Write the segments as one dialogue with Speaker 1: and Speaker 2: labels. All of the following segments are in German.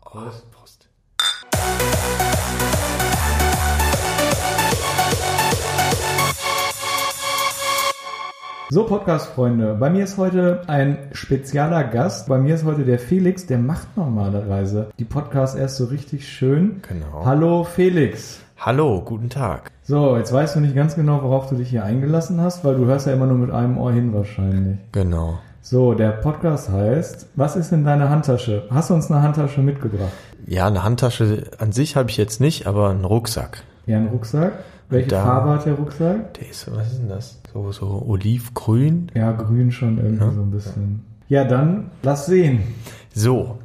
Speaker 1: Prost.
Speaker 2: Prost.
Speaker 1: So, Podcast-Freunde, bei mir ist heute ein spezieller Gast. Bei mir ist heute der Felix, der macht normalerweise die Podcasts erst so richtig schön.
Speaker 2: Genau.
Speaker 1: Hallo Felix.
Speaker 2: Hallo, guten Tag.
Speaker 1: So, jetzt weißt du nicht ganz genau, worauf du dich hier eingelassen hast, weil du hörst ja immer nur mit einem Ohr hin wahrscheinlich.
Speaker 2: Genau.
Speaker 1: So, der Podcast heißt, was ist in deiner Handtasche? Hast du uns eine Handtasche mitgebracht?
Speaker 2: Ja, eine Handtasche an sich habe ich jetzt nicht, aber einen Rucksack.
Speaker 1: Ja, einen Rucksack. Welche
Speaker 2: Da.
Speaker 1: Farbe hat der Rucksack?
Speaker 2: Der ist, was ist denn das? So, so olivgrün.
Speaker 1: Ja, grün schon irgendwie so ein bisschen. Ja, dann lass sehen.
Speaker 2: So,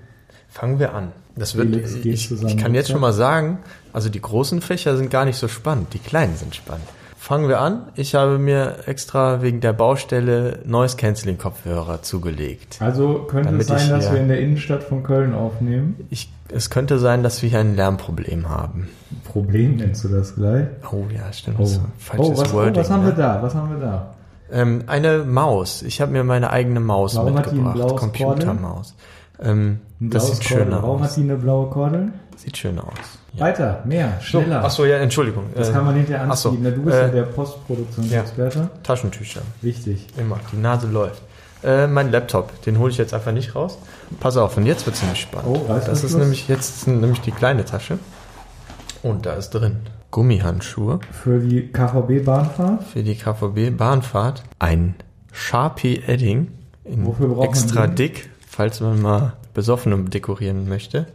Speaker 2: fangen wir an. Das wird,
Speaker 1: Felix, gehst
Speaker 2: ich,
Speaker 1: zusammen,
Speaker 2: ich kann jetzt
Speaker 1: oder?
Speaker 2: schon mal sagen, also die großen Fächer sind gar nicht so spannend, die kleinen sind spannend. Fangen wir an. Ich habe mir extra wegen der Baustelle Noise Cancelling Kopfhörer zugelegt.
Speaker 1: Also könnte
Speaker 2: Damit
Speaker 1: es sein,
Speaker 2: ich
Speaker 1: dass
Speaker 2: hier-
Speaker 1: wir in der Innenstadt von Köln aufnehmen.
Speaker 2: Ich, es könnte sein, dass wir hier ein Lärmproblem haben.
Speaker 1: Problem nennst du das gleich.
Speaker 2: Oh ja, stimmt.
Speaker 1: Oh,
Speaker 2: Das ist ein falsches
Speaker 1: oh, was,
Speaker 2: Wording.
Speaker 1: oh, was haben
Speaker 2: ne?
Speaker 1: wir da? Was haben wir da?
Speaker 2: Ähm, eine Maus. Ich habe mir meine eigene Maus
Speaker 1: Warum hat die ein
Speaker 2: mitgebracht.
Speaker 1: blaues
Speaker 2: Computermaus. Ähm,
Speaker 1: Ein
Speaker 2: das
Speaker 1: blaues
Speaker 2: sieht
Speaker 1: Kordel.
Speaker 2: schöner
Speaker 1: Warum
Speaker 2: aus.
Speaker 1: hat die eine blaue Kordel?
Speaker 2: Sieht schöner aus. Ja.
Speaker 1: Weiter, mehr, schneller.
Speaker 2: Achso, ja, Entschuldigung.
Speaker 1: das
Speaker 2: Äh,
Speaker 1: kann man hinterher
Speaker 2: ach so,
Speaker 1: anziehen. Na, du bist
Speaker 2: äh,
Speaker 1: ja der Postproduktionsexperte.
Speaker 2: Taschentücher.
Speaker 1: Wichtig.
Speaker 2: Immer. Die Nase läuft. Äh, mein Laptop, den hole ich jetzt einfach nicht raus. Pass auf, und jetzt wird es nämlich spannend.
Speaker 1: Oh,
Speaker 2: das
Speaker 1: Reißverschluss.
Speaker 2: ist nämlich jetzt sind nämlich die kleine Tasche. Und da ist drin Gummihandschuhe
Speaker 1: Für die KVB-Bahnfahrt.
Speaker 2: für die KVB-Bahnfahrt. Ein Sharpie-Edding in
Speaker 1: Wofür braucht man
Speaker 2: extra
Speaker 1: den?
Speaker 2: dick, falls man mal Besoffene dekorieren möchte.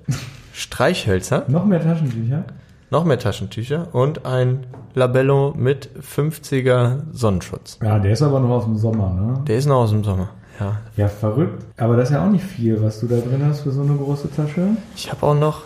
Speaker 2: Streichhölzer,
Speaker 1: Noch mehr Taschentücher.
Speaker 2: noch mehr Taschentücher und ein Labello mit 50er Sonnenschutz.
Speaker 1: Ja, der ist aber noch aus dem Sommer, ne?
Speaker 2: Der ist noch aus dem Sommer. Ja.
Speaker 1: Ja, verrückt. Aber das ist ja auch nicht viel, was du da drin hast für so eine große Tasche.
Speaker 2: Ich habe auch noch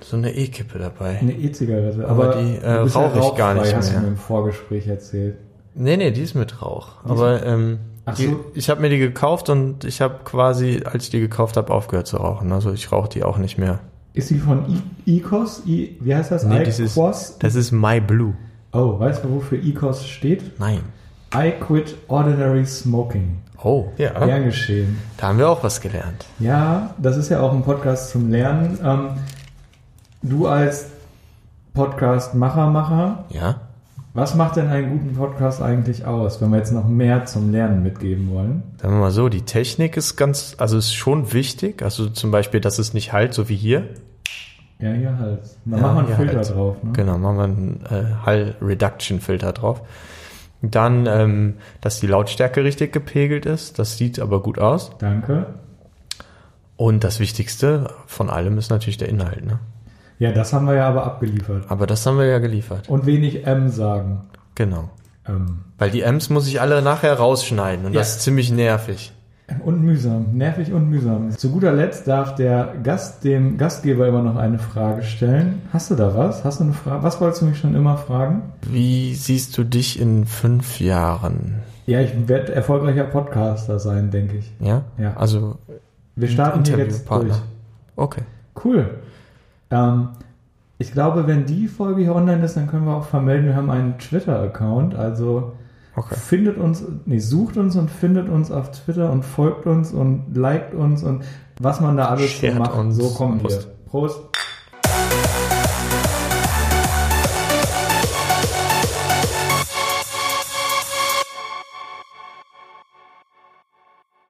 Speaker 2: so eine E-Kippe dabei.
Speaker 1: Eine E-Zigarette.
Speaker 2: Aber die, äh,
Speaker 1: du bist
Speaker 2: rauche ich gar
Speaker 1: rauchfrei,
Speaker 2: nicht
Speaker 1: hast du
Speaker 2: mehr.
Speaker 1: mir im Vorgespräch erzählt.
Speaker 2: Nee, nee, die ist mit Rauch. Aber ähm,
Speaker 1: Ach
Speaker 2: die,
Speaker 1: so.
Speaker 2: ich habe mir die gekauft und ich habe quasi, als ich die gekauft habe, aufgehört zu rauchen. Also ich rauche die auch nicht mehr.
Speaker 1: Ist die von I- ICOS? I wie heißt das?
Speaker 2: Nee, das ist-
Speaker 1: ICOS?
Speaker 2: Das ist My Blue.
Speaker 1: Oh, weißt du, wofür ICOS steht?
Speaker 2: Nein.
Speaker 1: I quit ordinary smoking.
Speaker 2: Oh, ja.
Speaker 1: Gern geschehen.
Speaker 2: Da haben wir auch was gelernt.
Speaker 1: Ja, das ist ja auch ein Podcast zum Lernen. Ähm, du als Podcast-Macher-Macher,
Speaker 2: Ja.
Speaker 1: was macht denn einen guten Podcast eigentlich aus, wenn wir jetzt noch mehr zum Lernen mitgeben wollen?
Speaker 2: Sagen wir mal so, die Technik ist ganz, also ist schon wichtig. Also zum Beispiel, dass es nicht halt, so wie hier.
Speaker 1: Ja, hier halt. Da
Speaker 2: Ja,
Speaker 1: machen wir einen
Speaker 2: hier
Speaker 1: Filter
Speaker 2: halt.
Speaker 1: drauf. Ne?
Speaker 2: Genau, machen wir einen äh, Hall-Reduction-Filter drauf. Dann, ähm, dass die Lautstärke richtig gepegelt ist. Das sieht aber gut aus.
Speaker 1: Danke.
Speaker 2: Und das Wichtigste von allem ist natürlich der Inhalt. Ne?
Speaker 1: Ja, das haben wir ja aber abgeliefert.
Speaker 2: Aber das haben wir ja geliefert.
Speaker 1: Und wenig M sagen.
Speaker 2: Genau.
Speaker 1: Ähm.
Speaker 2: Weil die M's muss ich alle nachher rausschneiden und das
Speaker 1: Ja.
Speaker 2: ist ziemlich nervig.
Speaker 1: Und mühsam, nervig und mühsam. Zu guter Letzt darf der Gast dem Gastgeber immer noch eine Frage stellen. Hast du da was? Hast du eine Frage? Was wolltest du mich schon immer fragen?
Speaker 2: Wie siehst du dich in fünf Jahren?
Speaker 1: Ja, ich werde erfolgreicher Podcaster sein, denke ich.
Speaker 2: Ja?
Speaker 1: Ja.
Speaker 2: Also
Speaker 1: Wir starten hier jetzt durch.
Speaker 2: Interviewpartner. Okay.
Speaker 1: Cool. Ähm, ich glaube, wenn die Folge hier online ist, dann können wir auch vermelden, wir haben einen Twitter-Account. Also
Speaker 2: Okay.
Speaker 1: findet uns, nee, sucht uns und findet uns auf Twitter und folgt uns und liked uns und was man da alles so
Speaker 2: Shared
Speaker 1: macht.
Speaker 2: uns.
Speaker 1: So kommen wir.
Speaker 2: Prost.
Speaker 1: Prost.